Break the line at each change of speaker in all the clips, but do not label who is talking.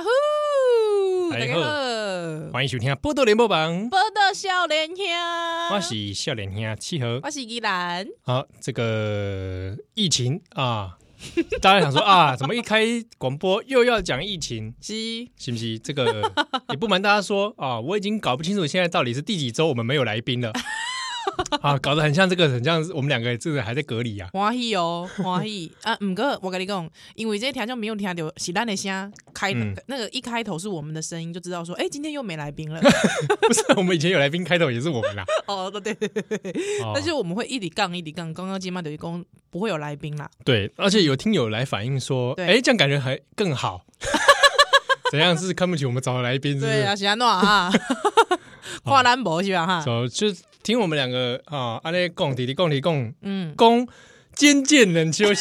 Yahoo！大
大
家
家
好
好，欢迎收听《波多联播榜》，
报道少年兄，
我是笑脸兄七和。
我是依兰，
好，这个疫情啊， 大家想说啊，怎么一开广播又要讲疫情？
是
是不是？这个也不瞒大家说啊，我已经搞不清楚现在到底是第几周我们没有来宾了啊，搞得很像这个，很像我们两个这个还在隔离啊。
欢喜哦，欢喜啊！唔过我跟你讲，因为这些听众没有听到是咱的声开、
嗯
那个一开头是我们的声音，就知道说，哎、今天又没来宾 了。
不是，我们以前有来宾开头也是我们啦。
哦，对对对对，
哦
但是我们会一直杠一直杠，刚刚今晚等于公不会有来宾啦。
对，而且有听友来反映说，
对
哎、这样感觉还更好。 怎样是看不起我们找的来宾？是不
对
是？
啊，是安诺 啊，跨兰博是吧哈？
走，哦就听我们两个啊，阿内共弟弟共弟共
嗯，
公渐渐能休息。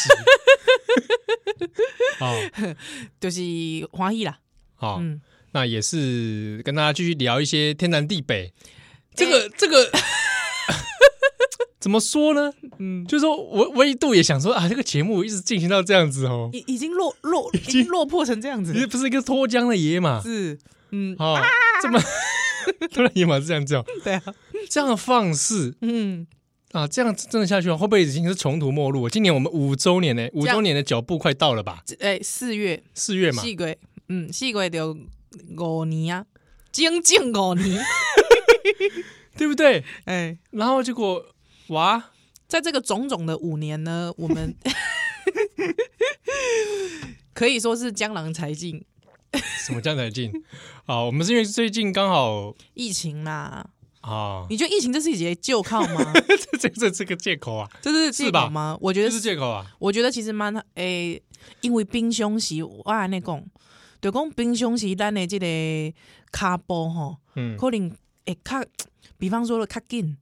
好
就是欢喜啦。
好、
嗯，
那也是跟大家继续聊一些天南地北。这个、这个怎么说呢？
嗯
嗯，就是说我我一度也想说啊，这个节目一直进行到这样子哦，
已已经落落已经落魄成这样
你
子，
不是一个脱缰的野马
是嗯，
哦，这么 突然野马是这样叫，
对啊，
这样的放肆
嗯，
啊，这样真的下去的话，会不会已经是穷途末路？今年我们五周年呢、五周年的脚步快到了吧？
哎、四月
四月嘛
四，月，嗯，四月就五年啊，整整五 年。
对不对？
哎、
然后结果哇，
在这个种种的五年呢，我 们可以说是江郎才尽，
什么叫才进？ 啊，我们是因为最近刚好
疫情啦。
啊，
你觉得疫情这是一节旧靠 吗？
这 这这这个借口啊，
这是借
是吧
口吗？我觉
这
得
是借口啊，
我觉得其实蛮诶、因为冰箱是我安尼讲，就讲冰箱是咱的这个卡波吼，
嗯，
可能会较，比方说了较 紧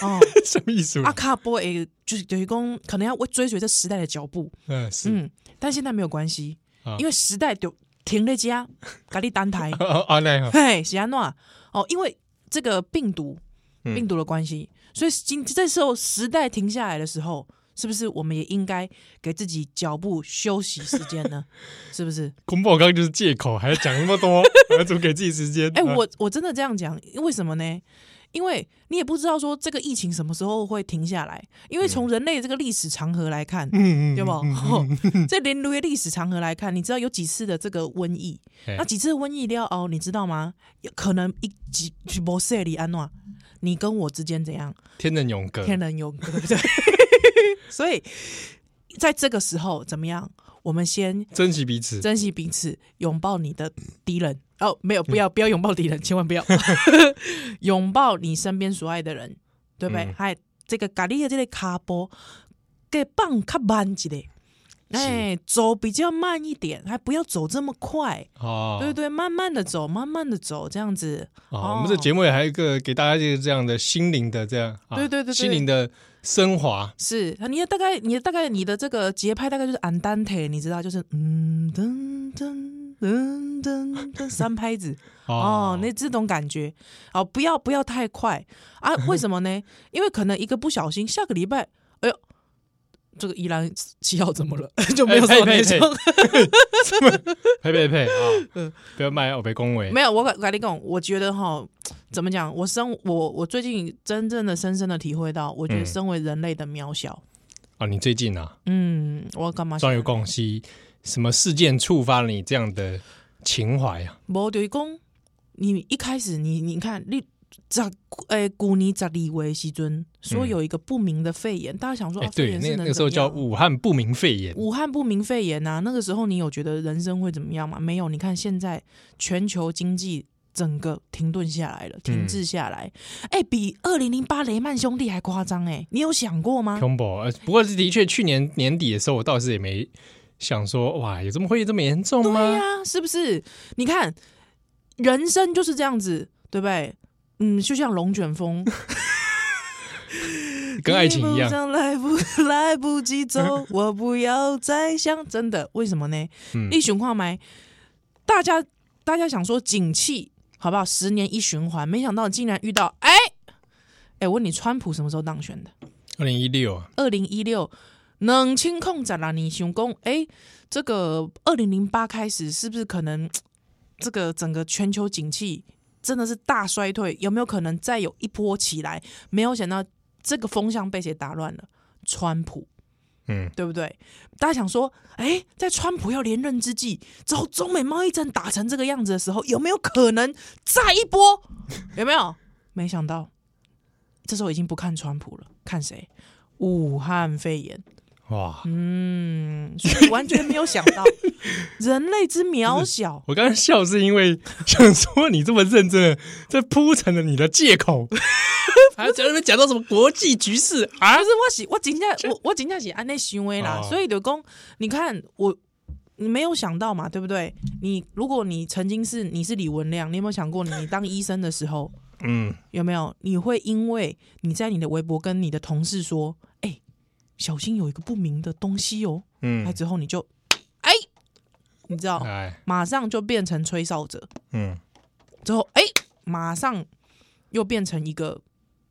哦，
什么意思？
啊卡波诶，就是等于讲可能要追随这时代的脚步，
嗯，是
嗯，但现在没有关系
啊，，
因为时代就停在家，咖喱单台
啊啊那样
嘿，是安怎哦，因为这个病毒
嗯
病毒的关系，所以今这时候时代停下来的时候，是不是我们也应该给自己脚步休息时间 呢？是不是？
宫保刚就是借口，还要讲那么多， 还要怎么给自己时间？
哎、
啊
我我真的这样讲，为什么呢？因为你也不知道说这个疫情什么时候会停下来，因为从人类这个历史长河来看，
嗯嗯
对
嗯
不？ 这连如历史长河来看，你知道有几次的这个瘟疫？
哎
那几次瘟疫了哦，你知道吗？有可能一几几波塞里安诺，你跟我之间怎样？
天人永隔，
天人永隔， 对。所以在这个时候怎么样？我们先
珍惜彼此，
珍惜彼此，拥抱你的敌人。哦，没
嗯
有，不要，不要拥抱敌人，千万不 要拥抱你身边所爱的人，对不对？
嗯
还、这个咖喱的这个卡波，给棒卡慢一点，哎，走比较慢一点，还不要走这么快，
哦，
对对，慢慢的走，慢慢的走，这样子。
啊，我们这节目也还有一个给大家这个这样的心灵的这样，啊
对对对对
心灵的升华，
是，啊你的大概，你的大概，你的这个节拍大概就是 andante，你知道，就是嗯噔噔噔噔噔三拍子
啊
哦，那这种感觉哦，不要不要太快 啊，为什么呢？因为可能一个不小心，下个礼拜，哎呦，这个依然七号怎么了？ 就没有
哎
什么
呸
那
呸
种，
呸呸呸 啊！不要卖我被恭 维，
没有。我跟跟你讲，我觉得哈，怎么讲？我生我我最近真正的深深的体会到，我觉得
嗯
身为人类的渺小。
啊！你最近啊，
嗯，我干嘛想？
双有共识，什么事件触发了你这样的情怀啊？
无就是讲，你一开始你你看你十诶，古尼十二月的时阵说有一个不明的肺炎，大家想说、
嗯哎、
哦，肺
对，
炎
那
是
那
能
个时候
怎么
叫
样
武汉不明肺炎，
武汉不明肺炎呐、那个时候你有觉得人生会怎么样吗？没有，你看现在全球经济整个停顿下来了，停滞下来，哎、比二零零八雷曼兄弟还夸张哎，你有想过吗？
combo。呃不过是的确，去年年底的时候，我倒是也没想说，哇，有这么会这么严重
对
吗？
呀、是不是？你看，人生就是这样子，对不对？嗯，就像龙卷风，
跟爱情一
一
样，
样，来不来不及走，我不要再想。真的，为什么呢？
嗯
一循环埋，大家大家想说景气好不好？十年一循环，没想到竟然遇到哎哎，我问你，川普什么时候当选的？
二零一六啊，
二零一六。冷清控在啦，你想讲，哎、这个二零零八开始是不是可能这个整个全球景气真的是大衰退，有没有可能再有一波起来？没有想到这个风向被谁打乱了？川普。
嗯，
对不对？大家想说，哎，在川普要连任之际，之后中美贸易战打成这个样子的时候，有没有可能再一波？有没有？没想到，这时候已经不看川普了，看谁？武汉肺炎。
哇！
嗯，所 以完全没有想到人类之渺小。
我刚刚笑是因为想说你这么认真的 在铺陈了你的借口，还讲那边讲到什么国际局 势啊
不？是我是我真正我我真正是安内行为啦，
哦
所以就讲，你看我你没有想到嘛，对不对？你如果你曾经是你是李文亮，你有没有想过你当医生的时候，
嗯，
有没有？你会因为你在你的微博跟你的同事说：“哎、小心有一个不明的东西哦。”那
嗯，
之后你就，哎、你知道，
哎，
马上就变成吹哨者，
嗯，
之后哎、马上又变成一个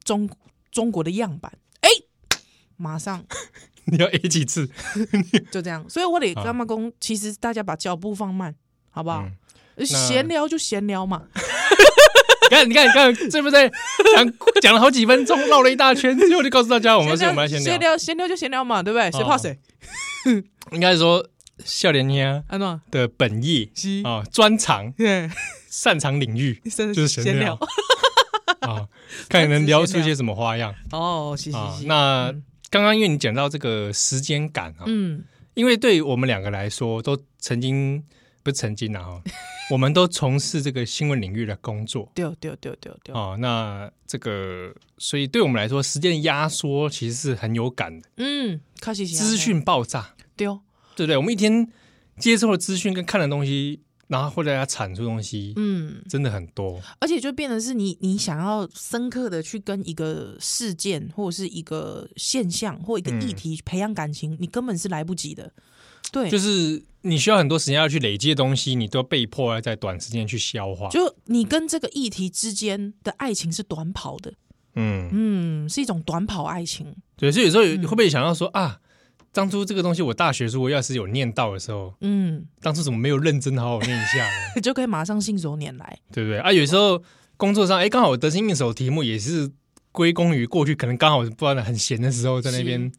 中中国的样板，哎、马上
你要 A 几次？
就这样。所以我得
好
干嘛公，其实大家把脚步放慢，好不好
嗯？
闲、聊就闲聊嘛，
你看，你看，你看，对不对？讲讲了好几分钟，绕了一大圈，最后就告诉大 家，我们是我们来闲
闲
聊，哦
聊闲聊就闲聊嘛，对不对？谁怕谁？啊
应该说笑脸呀
安诺
的本意
西，
啊，专长、
对，
擅长 领域
真的
就是
闲
闲聊
聊。
啊，看你能聊出些什么花样
哦，行行
啊。
行，
那刚刚因为你讲到这个时间感啊，
嗯，
因为对于我们两个来说，都曾经不是曾经啊，哈我们都从事这个新闻领域的工作
对对对对对，
啊、那这个，所以对我们来说，时间的压缩其实是很有感的，
嗯，确实是这样
资讯爆炸，
对，
对不对？我们一天接受的资讯跟看的东西，然后或者要产出的东西，
嗯，
真的很多。
而且就变成是你你想要深刻的去跟一个事件或者是一个现象或一
嗯
个议题培养感情，你根本是来不及的。对，
就是是你需要很多时间要去累积的东西，你都被迫要在短时间去消化。
就你跟这个议题之间的爱情是短跑的，
嗯，
嗯，是一种短跑爱情。
对，所以有时候有会不会想到说、啊，当初这个东西我大学如果要是有念到的时候。
嗯，
当初怎么没有认真好好念一下呢？
就可以马上信手拈来。
对不对？啊，有时候工作上，哎，刚好我得心应手的题目也是归功于过去，可能刚好不知道很闲的时候在那边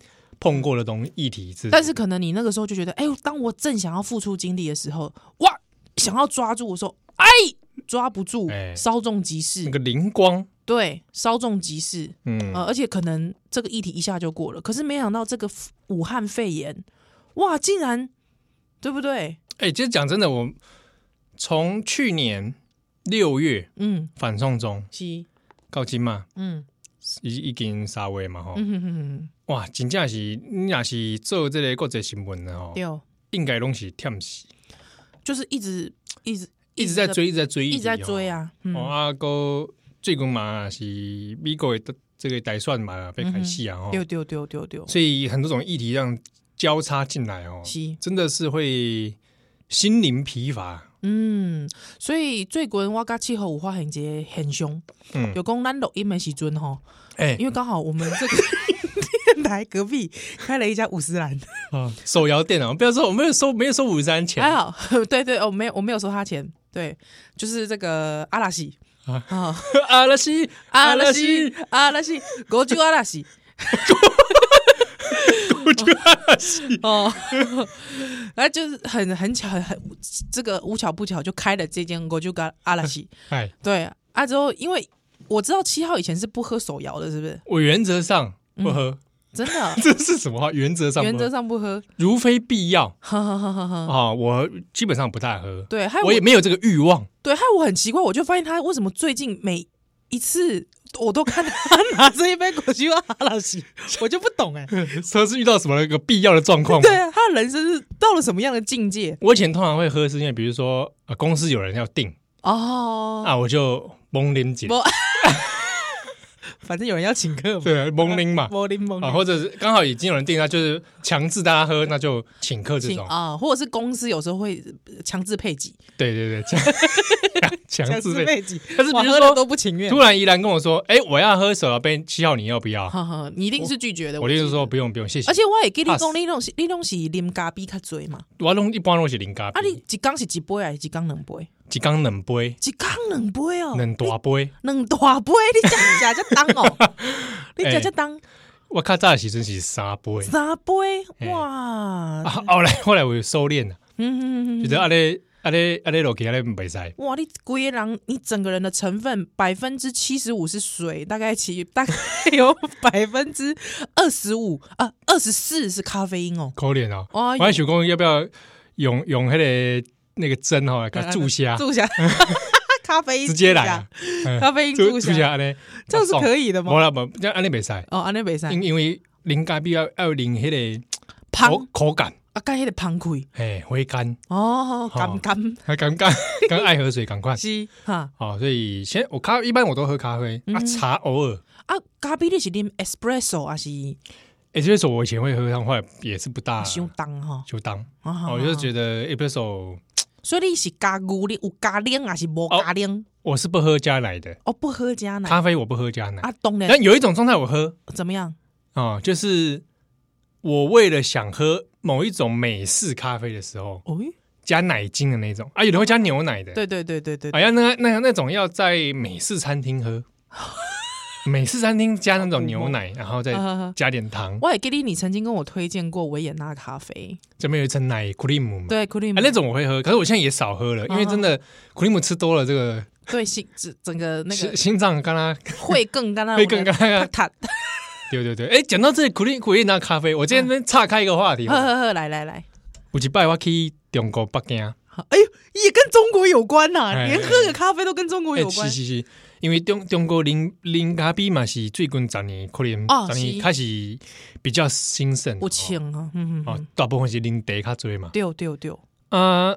碰过的东议题之类的
但是可能你那个时候就觉得，哎、呦，当我正想要付出精力的时候，哇，想要抓住我说，哎，抓不住
哎，
稍纵即逝。
那个灵光，
对，稍纵即逝。
嗯，
呃，而且可能这个议题一下就过了，可是没想到这个武汉肺炎，哇，竟然对不对？
哎，其实讲真的，我从去年六月
嗯，
反送中
是，
到今嘛，
嗯
已已经三位嘛吼，
嗯哼哼哼，
哇，真正是你若是做这个国际新闻的吼，
对，
应该拢是忝死，
就是一直一直
一直在，追，一直在追，
一直在
吼
追啊，
哦
嗯，
啊，个最近嘛是美国的这个打算嘛被开始啊，哦
丢丢丢丢丢，
所以很多种议题让交叉进来哦，
是，
真的是会心灵疲乏。
嗯，所以最近我跟气候五花很节很凶，
嗯
有讲咱录音的时阵吼，
哎
因为刚好我们这个 电台隔壁开了一家五十兰，
啊，手摇电脑，不要说我没有收，没有收五十三钱
还好， 对对，我没有我没有收他钱，对，就是这个阿拉西
啊
啊，
阿拉西，
阿拉
西
西，阿拉西，国酒阿拉西，
我觉得阿拉西，
哦，那就是很很巧，很很这个无巧不巧就开了这间国酒跟阿拉 西，
哎，
对啊，之后因为我知道七号以前是不喝手摇的，是不是？
我原则上不喝，
真
，
的
这是什么话？原则上不喝，
原则上不喝，
如非必要
哈哈哈哈哈。
啊，我基本上不大喝，
对，害
我
我
也没有这个欲 望。
对害我很奇怪，我就发现他为什么最近每一次我都看他 拿着一杯国酒阿拉西，我就不懂哎、
说是遇到什么那个必要的状况吗？
对啊，他的人生是到了什么样的境界？
我以前通常会喝，是因为比如说、呃、公司有人要订
哦，
啊，我就蒙拎姐，
不反正有人要请客嘛，
对啊，蒙拎嘛，
摩林蒙
啊，或者是刚好已经有人订，那就是强制大家喝，那就请客这
请
种，
啊，或者是公司有时候会呃强制配给，
对对对， 强强制被。
给，
但是
我
比如
喝了
说，
都不情愿
突，然怡兰跟我说，哎、我要喝手摇杯七号，你要不要？
哈哈，你一定是拒绝的。
我
记
就
得
是，说不用不用，谢谢。
而且我也给你
Pass
讲，你拢是你拢是啉咖啡较醉嘛，
我弄一般都是零咖
啊，
啡，
你一缸是一杯还是一缸两杯？
一缸冷杯，
一缸两杯哦，
冷大杯。
两大杯，你假假只当 哦，你假只当
我较早的时阵是三杯，
三
哎
杯哇
啊，，后来 后来我有收敛了，
嗯嗯嗯
觉得阿咧阿咧啊阿咧落去阿咧唔袂使，
哇，你龟狼，你整个人的成分百分之七十五是水，大概其大概 有百分之二十五啊，二十四是咖啡因哦。
可怜哦。
哇
我还想讲要不要用用迄个那个针吼来给它注虾，
啊注 下，咖啡因
啊直接来
注
啊
下，，咖啡因注
注注
下，
虾咧，
这样是可
以。
以的吗
无？啦，无哦这样安尼袂使，
哦，安尼袂使，
因因为啉咖啡要要啉迄个口
芳
口感，
啊，干迄个芳开
嘿，回甘，
哦，甘甘
还感觉 跟爱喝水赶快。
是哈
哦，所以先我咖一般我都喝咖啡
嗯
啊，茶偶尔。
啊，咖啡你是啉 espresso 还是
哎，这首我以前会喝，但后来也是不大
相当哈？
就当。
啊
哦我就觉得 a p r e s o
所以你是加牛奶有加奶还是无
哦
加奶？
我是不喝加奶的，
哦，不喝加奶
咖啡我不喝加奶。
啊，当然
但有一种状态我喝
怎么样？
哦，就是我为了想喝某一种美式咖啡的时候，
哦，
加奶精的那种啊，有的会加牛奶的。，
对对对对对，
哎呀，那那那种要在美式餐 厅喝，美式餐厅加那种牛奶，然后再
啊啊啊
加点糖，
我也记得你曾经跟我推荐过维也纳咖啡，
这边有一层奶 cream 嘛。
对，嗯库里
啊，那种我会喝，可是我现在也少喝了，因为真的苦力姆吃多了，这个
对心整整个那
心
个
心脏刚刚
会更干
会更刚哎刚，
他
对对对。哎，讲到这苦力苦力那咖啡，我今天岔开一个话题
呵，呵呵，来来来，
有一摆我去中国北京，
好哎呦，也跟中国有关呐、
哎
连喝个咖啡都跟中国
哎
有，
是
关。
是是，因为中中国零零咖啡嘛是最近十年
哦
可能十年
是
开始比较兴盛，
有请啊，嗯嗯
哦，
嗯，
哦大部分是零茶较多嘛。
对对对，
啊，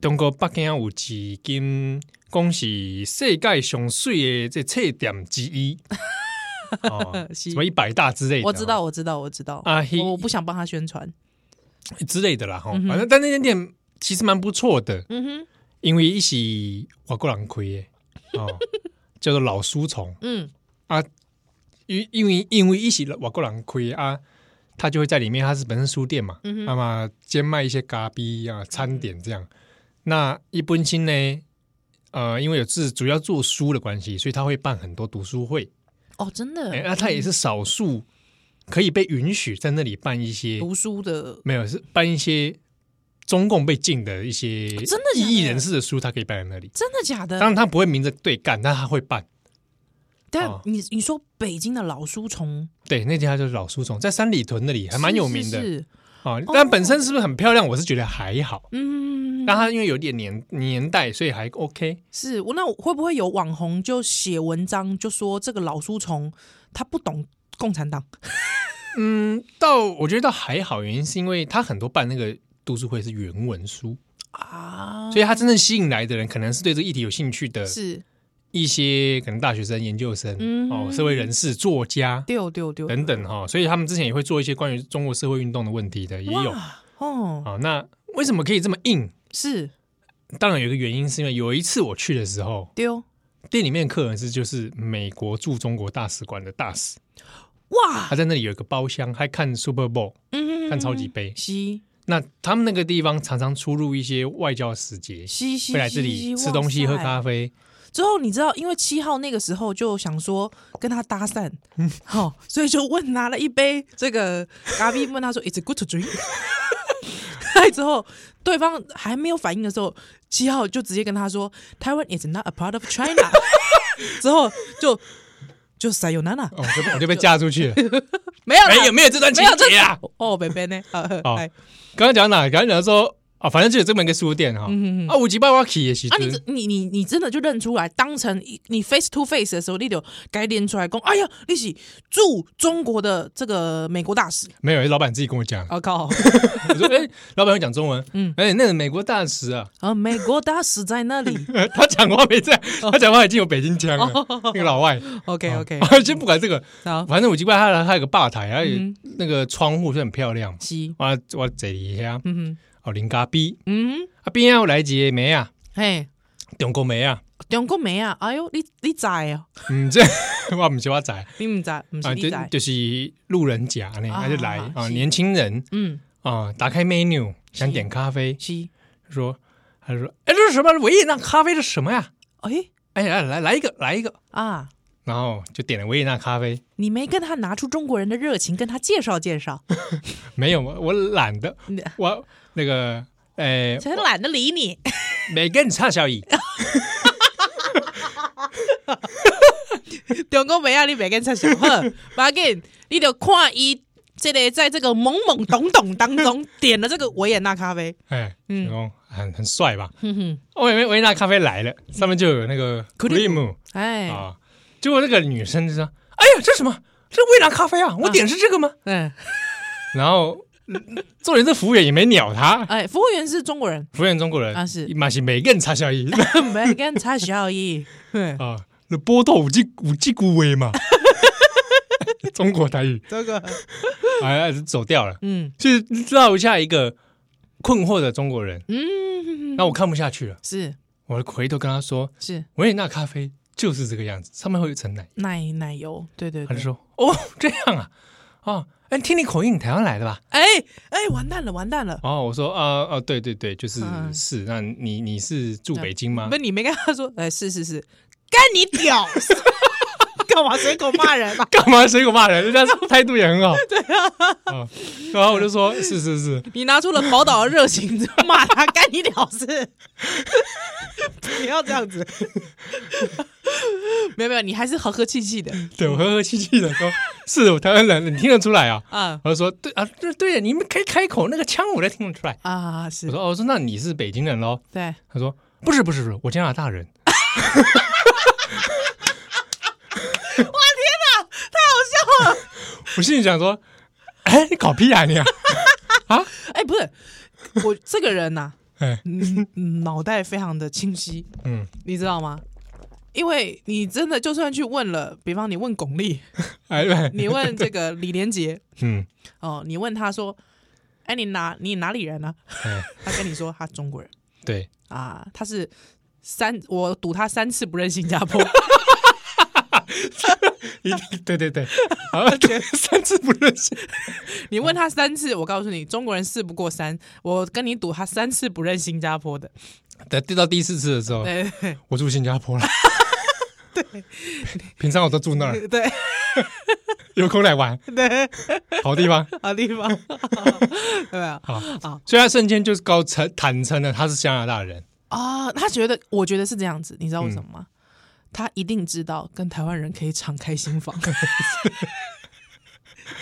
中国北京有一间讲是世界上水的这册店 之一，哦，
是
什么一百大之类的，
我知道我知道我知道
啊嘿
我我不想帮他宣传。
之类的啦，哈、
嗯哼
反正但那间店其实蛮不错的，
嗯哼，
因为一起外国人开 的，哦，叫做老书虫，
嗯，
因因为因为一起外国人开的啊。他就会在里面，他是本身书店嘛，
嗯哼
那么兼卖一些咖啡啊、餐点这样。那一般性呢，呃，因为有是主要做书的关系，所以他会办很多读书会。
哦，真的，
哎、那他也是少数可以被允许在那里办一些，
读书的
没有是办一些中共被禁的一些
哦真的假的
异议人士的书，他可以办在那里。
真的假的？
当然他不会明着对干，但他会办。
但
哦
你你说北京的老书虫
对，那家就是老书虫，在三里屯那里还蛮有名的
是哦是是
啊、但本身是不是很漂亮？我是觉得还好。
嗯，
但他因为有点年年代，所以还 OK。
是我那我会不会有网红就写文章就说这个老书虫他不懂共产党？
嗯，到我觉得倒还好，原因是因为他很多办那个读书会是原文书，
啊，
所以他真正吸引来的人，可能是对这个议题有兴趣的
是
一些可能大学生、研究生、
嗯
哦社会人士、作家
丢丢丢
等等哈、所以他们之前也会做一些关于中国社会运动的问题的，也有啊、
哇哦，
哦那为什么可以这么硬？
是
当然有一个原因，是因为有一次我去的时候，
丢
店里面客人是就是美国驻中国大使馆的大使，
哇，
他在那里有一个包厢，还看 Super Bowl，
嗯，
看超级杯。
西
那他们那个地方常常出入一些外交使节，
西西
会来这里吃东西、喝咖
啡。
啡。
之后你知道，因为七号那个时候就想说跟他搭讪，
嗯
好、所以就问拿了一杯这个咖啡，问他说 "Is it good to drink？" 来之后，对方还没有反应的时候，七号就直接跟他说 "Taiwan is not a part of China"，之后就就 Sayonara
哦，我就我就被嫁出去了，
没有啦
没有没有这段情
没有这
节啊！
哦，贝贝呢？ 啊
哦
来
刚刚讲哪？刚刚讲说啊，反正就有这么一个书店哈。啊，五级八我去的时
啊，你
阵，
你你你真的就认出来，当成一你 face to face 的时候，你就该连出来讲，哎呀，你是驻中国的这个美国大使，
没有，老板自己跟我 讲，
啊靠，
我说哎，老板会讲中文，
嗯
嗯，哎，那个美国大使啊，
啊，美国大使在那 里
他讲话没这样，他讲话已经有北京腔了，那个老外。
哦，OK OK，
啊 先不管这个，
好，
反正五级八它它有个吧台，还有
嗯
那个窗户是很漂亮嘛。
是，
我我坐一下，
嗯哼，
哦，林咖啡
嗯
啊，边仔有来一个妹啊，
哼，嘿，
中国妹啊，
中国没啊，哎呦，你你在啊，
嗯，这我唔是我仔。
你唔在，唔
啊，
是你
就
在，
就是路人甲呢，
啊
他就来啊，
是
年轻人
嗯，
啊，打开 menu 想点咖啡，
是，
说他就说：“哎，这是什么？维也纳咖啡是什么呀？
哎
哎呀，来来一个，来一个。
啊，”
然后就点了维也纳咖啡，
你没跟他拿出中国人的热情，跟他介绍介绍，
没有，我我懒得
你，
我那个，哎，
才懒得理你。
每个人差小姨，
中国没啊，你别跟他想， 呵，不要紧，你就看伊这个在这个懵懵懂懂当 中点了这个维也纳咖啡，
哎，
嗯
嗯，很很帅吧？哦
哼嗯哼，
维维维也纳咖啡来了，
嗯
上面就有那个 cream
哎，
啊，结果那个女生就说：“哎呀，这什么？这维也纳咖啡啊？我点的是这个吗
嗯，？”
然后， 重点是服务员也没鸟他，
哎，服务员是中国 人，
服务员中国人
啊是
嘛是每个人差小姨
没跟他小姨，嗯，
啊，那波道五 G 五 G 古威嘛， 中国台语
这个，
哎走掉了，
嗯
去绕一下一个困惑的中国人，
嗯，
那我看不下去了，
是
我回头跟他说，
是
维也纳咖啡就是这个样子，上面会有一层奶，
奶奶油，对对
他就
对，
说哦这样啊，哦，哎听你口音你台湾来的吧？
哎哎，完蛋了完蛋了，
哦，我说啊啊对对对，就是
嗯
是，那你你是住北京吗
不，？你没跟他说，哎，是是是，干你屌， 干嘛随口骂人啊嘛？
干嘛随口骂人？人家态度也很好。对啊，然后我就说是是是，
你拿出了宝岛的热情骂他，干你屌事！ 不要这样子， 没有没有，你还是和和气气的
对我和和气气的说，是我台湾人，你听得出来啊？
啊
我就说对啊，对对，你们可以开口，那个腔我都听得出来。
啊，
我
是
说哦，我说那你是北京人喽？
对，
他说不是不是不是，我加拿大人。
太好笑了！
我心里想说，哎，你搞屁啊你啊！
哎，不是，我这个人呐、
哎，
嗯嗯脑袋非常的清晰，
嗯，
你知道吗？因为你真的就算去问了，比方你问巩俐，
哎对，
你问这个李连杰，
嗯，
哦，你问他说，哎，你哪你哪里人呢、
哎，
他跟你说他中国人。
对，
啊，他是三，我赌他三次不认新加 坡，
一定对对 对，啊，对三次不认识，
你问他三次，我告诉你，中国人事不过三，我跟你赌他三次不认新加坡的，
等到第四次的时候，
对对
我住新加坡了。对，平常我都住那儿，
对
有空来玩，
对，
好地方。
好地方， 对啊吧？
所以他瞬间就是高诚坦诚的，他是加拿大人。
啊，他觉得，我觉得是这样子，你知道为什么吗？他一定知道跟台湾人可以敞开心 房，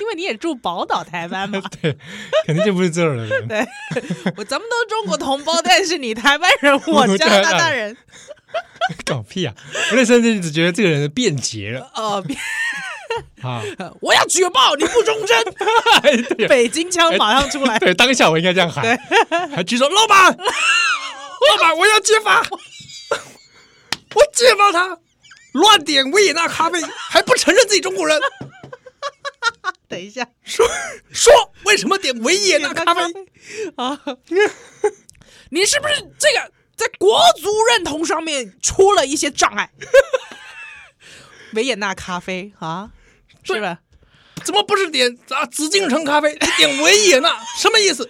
因为你也住宝岛台湾 嘛，
对，肯定就不是这儿的人。
对，我咱们都中国同胞，但是你台湾人，我
我
加
加
拿
拿
大
大
人，
搞屁啊！我那瞬间只觉得这个人变节了
呃，别
啊！
我要举报你不忠 贞，
哎对
北京腔马上出来。
对，当下我应该这样喊，还举手，老 板，老板，我要揭发， 我揭发他乱点维也纳咖啡，还不承认自己中国人，
等一下，
说说为什么点维也纳咖啡？
啊！ 你是不是这个在国足认同上面出了一些障 碍？维也纳咖啡啊，是吧？
怎么不是点啊紫禁城咖啡，点维也纳，什么意思？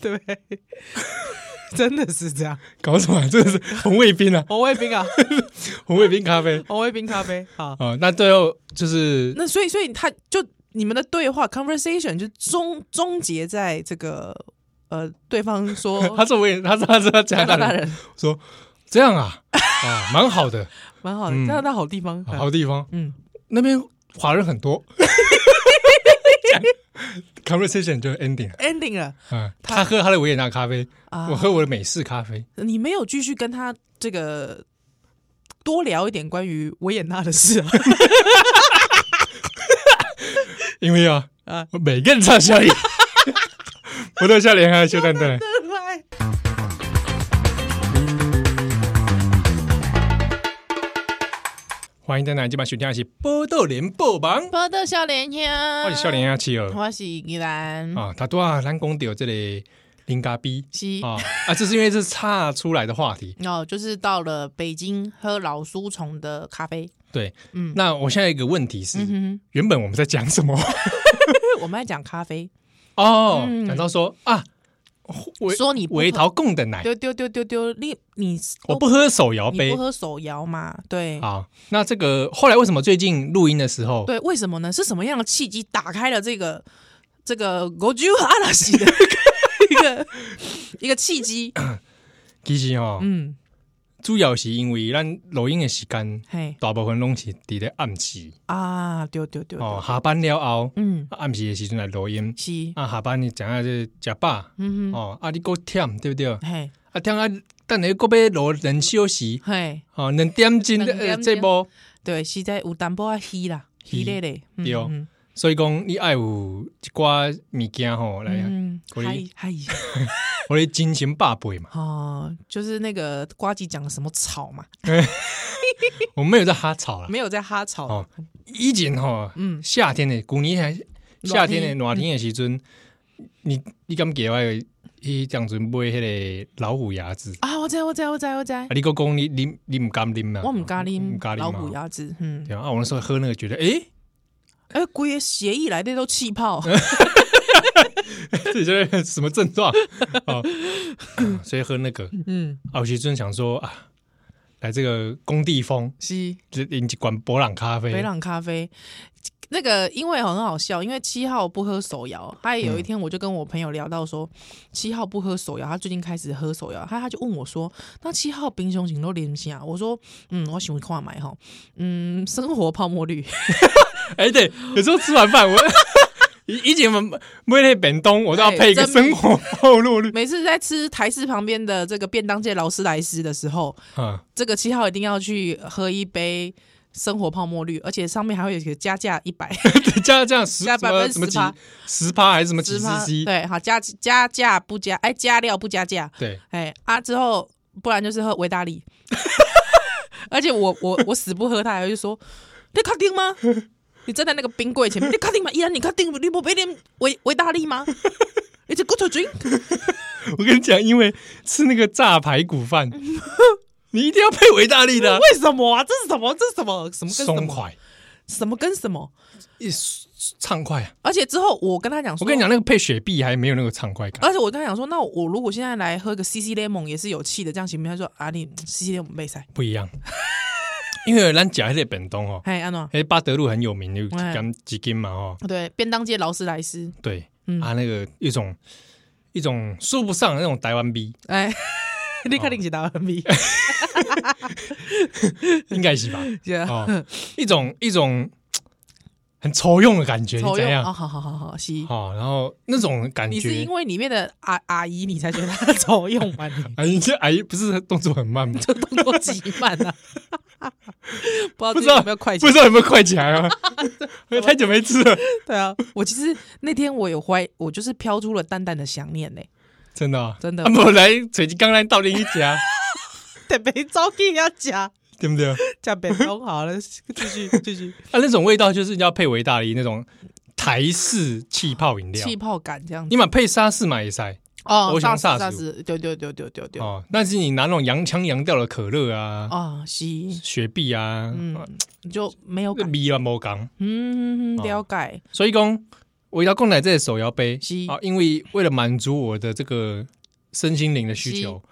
对， 真的是这样。
搞什么？这是红卫兵啊，
红卫兵啊，
红卫兵咖啡
红卫兵咖啡啊。
啊、那最后就是
那所以，所以他就你们的对话 conversation 就终终结在这个呃，对方 说
他是维也，他是他是他加
加拿
拿
大
大人，
人
说这样啊 啊，蛮好的，
蛮好的，
嗯
加拿大好地方，
啊好地方。
嗯，
那边华人很多。 这样 conversation 就 ending 了。
ending 了。
嗯，他喝他的维也纳咖啡，
啊
我喝我的美式咖啡。
你没有继续跟他这个多聊一点关于维也纳的事 啊？
因为啊，
啊
我每个人唱笑脸， 不对笑脸还有秀蛋蛋。欢迎大家今晚收听的是《波豆联播榜》，
报道笑脸呀，
我是哦笑，脸阿七儿
我是依兰，
啊。他多啊，咱讲到这里零咖啡
是
啊啊，这是因为这是岔出来的话题。
哦，就是到了北京喝老苏虫的咖啡。
对，
嗯
那我现在有一个问题是，
嗯
原本我们在讲什么？
哼，我们在讲咖啡，
哦
嗯，
讲到说啊，维
说你不
维
喝
桃贡的奶，
丢丢丢丢丢，你你
我不喝手摇
你
杯
不喝手摇嘛？对
啊。那这个后来为什么最近录音的时候，
对，为什么呢？是什么样的契机打开了这个这个 Goju 阿拉西的一个 一个契机？
其实哦，
嗯，
主要是因为咱录音的时间
嘿
大部分拢是伫咧暗时
啊，丢丢丢，
哦，下班了后
嗯，
啊暗时的时阵来录音，
是，
啊下班你讲下这食饱
嗯哼，
哦，啊你够忝对不对？
嘿
啊忝啊，等下够要录两小时
嘿，
哦，两点钟的
两点
呃
钟
这波，
对，是在有淡薄啊虚啦，虚咧咧，嗯
对哦
嗯
所以讲你爱有一寡物件吼来，啊
嗯，
鼓
嗨
励
嗨，
我的精神百倍嘛，
哦，就是那个瓜吉讲的什么草嘛，
我没有在哈吵啦。
没有在哈草，
哦，以前吼，
嗯
夏天的，古年还夏天的
热
热天的时阵，你你敢给我伊当阵买迄个老虎牙子，
啊，我知我知我知我知，
啊，你个讲你你你唔敢啉啊？
我唔敢
唔
啉
敢
老
啉嘛啊
虎。牙子，嗯，
对啊，啊我那时候喝那个觉得，诶，
哎，规个协议来的都气泡，
这些什么症状哦，所以喝那个
嗯，
啊，有时阵想说啊，来这个工地风，
是
就饮一罐博朗咖啡
北，朗咖啡。那个因为很好笑，因为七号不喝手摇，
嗯
他有一天我就跟我朋友聊到说，七号不喝手摇，他最近开始喝手摇，他他就问我说，那七号冰熊型都连下，我说，嗯，我喜欢看买哈，嗯，生活泡沫绿，
哎，对，有时候吃完饭我。 以以前我们买那个便当，我都要
哎
配一个
真
生
米
活泡沫 绿。
每次在吃台式旁边的这个便当界劳斯莱斯的时候，
啊，
这个七号一定要去喝一杯生活泡沫绿，而且上面还会有一个加价一百
加这样十
加
什么
10%
什么几十趴还是什么 几
十
十
趴，
c
对，好加加价不加，哎，加料不加价，
对，
哎啊之后不然就是喝维达利， 而且我我我死不喝它，他就说你确定吗？你站在那个冰柜前面，你确定吗？依然你确定你不被点维维达利吗？你这 good to drink，
我跟你讲，因为吃那个炸排骨饭， 你一定要配维大利的 啊，
为什么啊？这是什么？这是什么？什么跟什
松
么？
快，
什么跟什么？
一畅快啊！
而且之后我跟他讲说，
我跟你讲，那个配雪碧还没有那个畅快感。
而且我跟他讲说，那我如果现在来喝个 CC lemon 也是有气的，这样行不行？他说啊，你 CC lemon 被塞，
不一样， 因为咱讲那个本东哦，
哎，安诺，
哎，巴德路很有名，有
哎
干几斤嘛哦，
对，便当界劳斯莱斯，
对，
嗯
啊，那个一种一种说不上的那种台湾逼，
哎， 立刻领起打 N B，
应该是吧？
啊
哦，一种一种很愁用的感觉，你
抽
怎
用
样
啊，？好好好好，是。
好，然后那种感
你是
觉
因，为里面的阿阿姨，你才觉得 他抽用吗？你
阿姨这阿姨不啊是动作很慢吗？
这动作极慢啊！ 不知道
不
自己
知道
有没有快
不
钱？
知道有没有快起 来吗？太久没吃了，
对啊，我其实那天我有怀，我就是飘出了淡淡的想念 呢、
真的啊
真的
啊我来水晶刚来到另一家，
特别早给要加
对不对？啊，
加北东好 了，继续继续。
那种味道就是要配维大利那种台式气泡饮 料
气，泡感这样子
你买配沙士嘛也塞
哦，
我喜欢
萨
SARS
斯，对对对对对对，
哦，但是你拿那种洋腔洋调的可乐啊、
啊，是，
雪碧啊，
嗯
啊，
就没有
这
感，
米啊没讲，
嗯，
哦
了解，
所以讲我要供奶这个手摇杯
是
啊，因为为了满足我的这个身心灵的需求，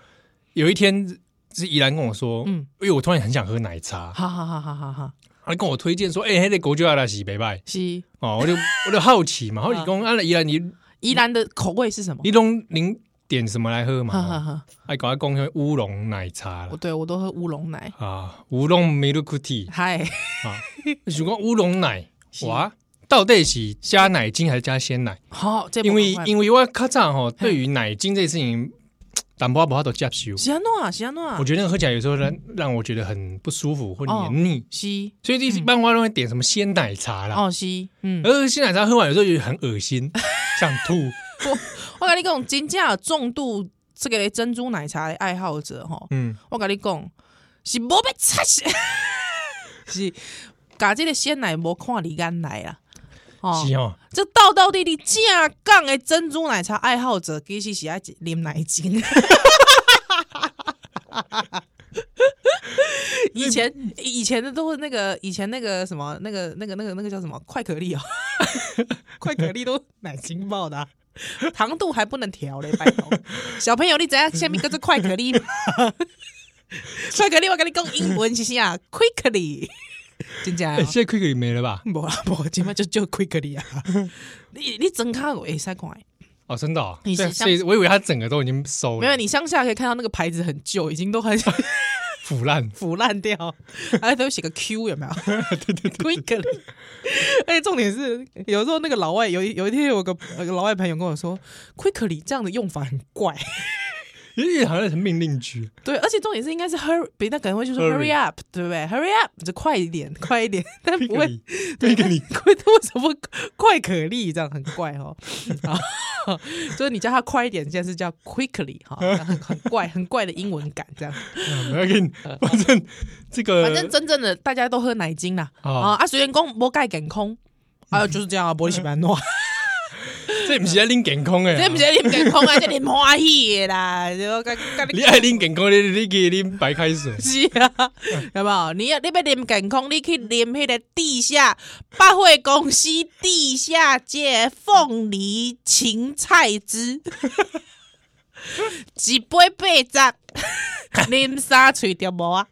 有一天是怡然跟我说，
嗯，
因为我突然很想喝奶茶，
哈哈哈哈哈哈，
他跟我推荐说，哎、那个国酒阿拉西北拜
是，
哦，我就我就好奇嘛，好奇讲，阿拉怡然你
宜兰的口味是什么？
你拢您点什么来喝
哈哈
嘛？
哈，
哎，搞阿公喝乌龙奶茶
我
啦，
对我都喝乌龙奶，
啊，乌龙美露库蒂
嗨，
啊，想讲乌龙奶
是
哇，到底是加奶精还是加鲜奶？
好，这
因为
为
因为我较早吼，对于奶精这件事情，淡薄薄都接受。
喜安诺啊，喜安诺啊
我，觉得那个喝起来有时候让让我觉得很不舒服或
哦
黏腻，
是，
所以一般我都会点什么鲜奶茶啦。
哦是，嗯，
而鲜奶茶喝完有时候就很恶心，想 吐。
我跟你讲，真正有重度这个珍珠奶茶的爱好者吼，
嗯，
我跟你讲，是无要擦是， 是把这个鲜奶无看离眼来啦。哦，
是哦，
这道道地地正港的珍珠奶茶爱好者，其实是爱啉奶精。以前以前的都是那个以前那个什么那个那个那个那个叫什么快可丽哦，快可丽都奶精爆的啊、糖度还不能调嘞，拜托。小朋友，你知影下面搁这快可力吗？快可力，我跟你讲英文是啥？Quickly，真哦假、
哎、现在 Quick 也没了吧？
无啊，无，即摆就就 Quickly 啊。你你整卡会使看的，
哦，真的、哦，
你是
对，
像
所以我以为它整个都已经收
没有，
了，
你乡下可以看到那个牌子很旧，已经都很
腐烂。
腐烂 掉，而且都写个 Q 有没有？ 对对对 ，quickly。而且哎重点是，有时候那个老外有一有一天有个有个老外朋友跟我说，quickly 这样的用法很怪。
因为好像是命令句，
对，而且重点是应该是 hurry，别人可能会就说
Hurry
hurry up，对不对？hurry up 就快一点，快一 点，但不会
那个你
快 为什么快可力这样很怪 哦。啊，就是你叫他快一点，现在是叫 quickly 哈，这样很很怪很怪的英文感这样。
我要给你，反正这 个，
反正真正的大家都喝奶精啦，
哦
啊啊，虽然讲无钙健 康，啊就是这样啊，玻璃洗 板诺，
这不是在拎健康诶，
这不是啉健康啊，这啉欢喜的啦，就跟跟，
你爱拎健康，你你给拎白开水
是啊，有没有？你要你要啉健康，你去啉迄个地下百货公司地下街凤梨芹菜汁， 一杯八十，啉三喙就无啊！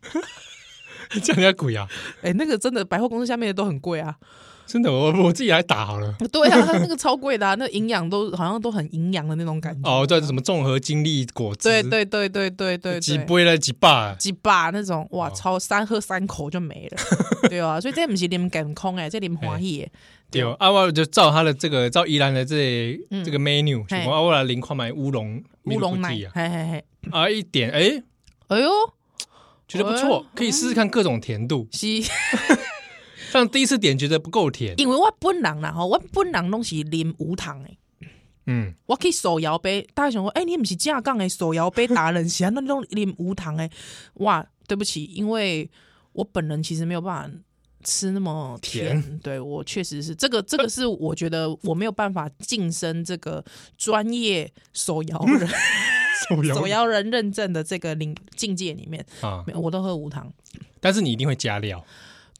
这样要鬼啊！
哎、那个真的百货公司下面的都很贵啊。
真的，我我自己来打好了。
对啊，它那个超贵的、啊，那营养都好像都很营养的那种感觉。
哦，对，什么综合精力果汁，
对，对对对对对对，
几杯了几把，
几把那种哇，超三喝三口就没了， 对啊，所以这不是啉健康哎，这啉欢喜的。
对，啊，我就照他的这个，照宜兰的这这个 menu，
嗯嘿
想说啊，我来零块买乌龙
乌龙奶
米露，
嘿嘿嘿，
布丁啊，啊，一点，哎，
哎呦，
觉得不
哎
错，可以试试看各种甜度。
是
像第一次点觉得不够甜，
因为我本人啦吼，我本人拢是啉无糖的。
嗯，
我去手摇杯，大家想说，哎、你不是正港的手摇杯达人，是啊，那种啉无糖的，哇，对不起，因为我本人其实没有办法吃那么甜，对我确实是这个，这个是我觉得我没有办法晋升这个专业手摇 人
手摇
手摇人认证的这个领境界里面，
啊，
没有我都喝无糖，
但是你一定会加料，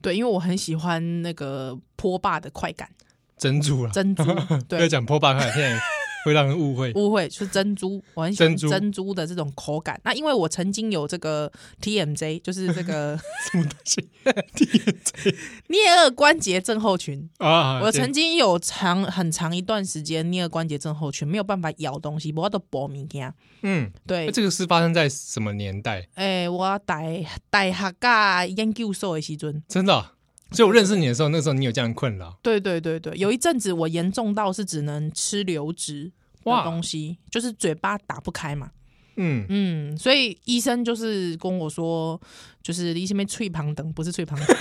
对，因为我很喜欢那个波霸的快感，
珍珠 了，
珍珠，
不要
对。
讲破八块，现在会让人误 会。
误会是珍珠，我很喜欢
珍珠
珍珠的这种口感。那因为我曾经有这个 TMJ，就是这个
什么东 西
颞颌关节症候群。
啊？
我曾经有长很长一段时间颞颌关节症候群，没有办法咬东西，我都剥物件。
嗯，
对
那，这个是发生在什么年代？
诶、我大大学噶研究所的时阵，
真的啊、所以我认识你的时候，那时候你有这样的困扰，
对对对对，有一阵子我严重到是只能吃流质的
哇
东西，就是嘴巴打不开嘛。
嗯，
嗯，所以医生就是跟我说，就是你前面脆旁等，不是脆旁等。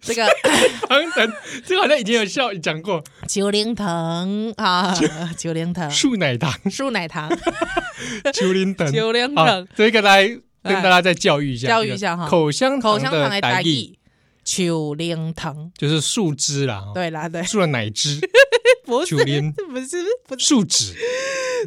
这 个
当然，这个好像以前有笑讲过
九龄藤啊，九龄藤
树奶糖、
树奶糖，啊
丘陵 等。
九龄
好
藤，
这个来跟大家再教育一下，
教育一下哈
口香
口香糖
的
来
打
打
意
意，九龄藤。
就是树枝啦，哦
对啦，对，
树的奶 汁、
不
九
是，
龄
不是，不是，
树脂，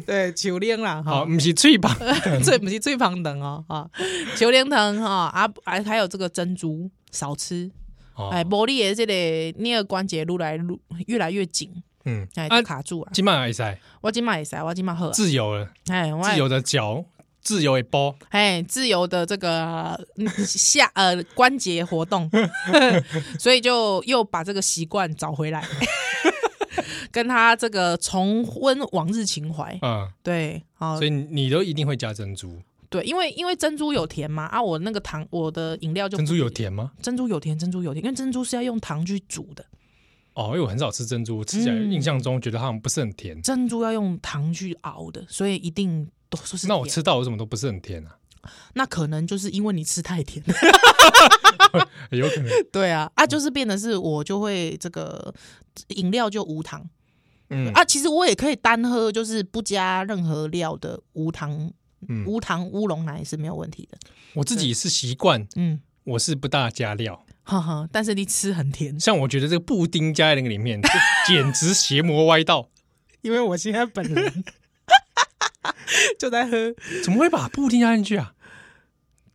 对，九龄啦，
好，
哈，
不是脆吧？
最不是最旁等哦，啊，九龄藤哈，啊，啊，还有这个珍珠，少吃，
哦
哎，玻璃的这个颞颌关节越来越越来越紧，
嗯，
哎，
啊
就，卡住啊！
今晚还在
我今嘛会使，我今嘛好啊，
自由了，
哎，我
自由的嚼，自由的剥，
哎，自由的这个嗯下呃关节活 动，所以就又把这个习惯找回 来，跟他这个重温往日情怀。
嗯，
对，好
所，以你你都一定会加珍珠。
对，因为因为珍珠有甜嘛，啊，我那个糖，我的饮料就
珍珠有甜吗？
珍珠有甜，珍珠有甜，因为珍珠是要用糖去煮的，
哦，因为我很少吃珍珠，吃起来
嗯
印象中觉得它好像不是很甜。
珍珠要用糖去熬的，所以一定都说是
那我
甜
吃到我怎么都不是很甜 啊？
那可能就是因为你吃太甜。
有可能，
对啊，啊，就是变得是我就会这个饮料就无糖、
嗯
啊，其实我也可以单喝，就是不加任何料的无糖、
嗯，
无糖乌龙奶是没有问题的。
我自己是习惯，
嗯，
我是不大加料。
哈哈，但是你吃很甜，
像我觉得这个布丁加在那个里面，这简直邪魔 歪道！
因为我现在本人 就在喝，
怎么会把布丁加进去啊？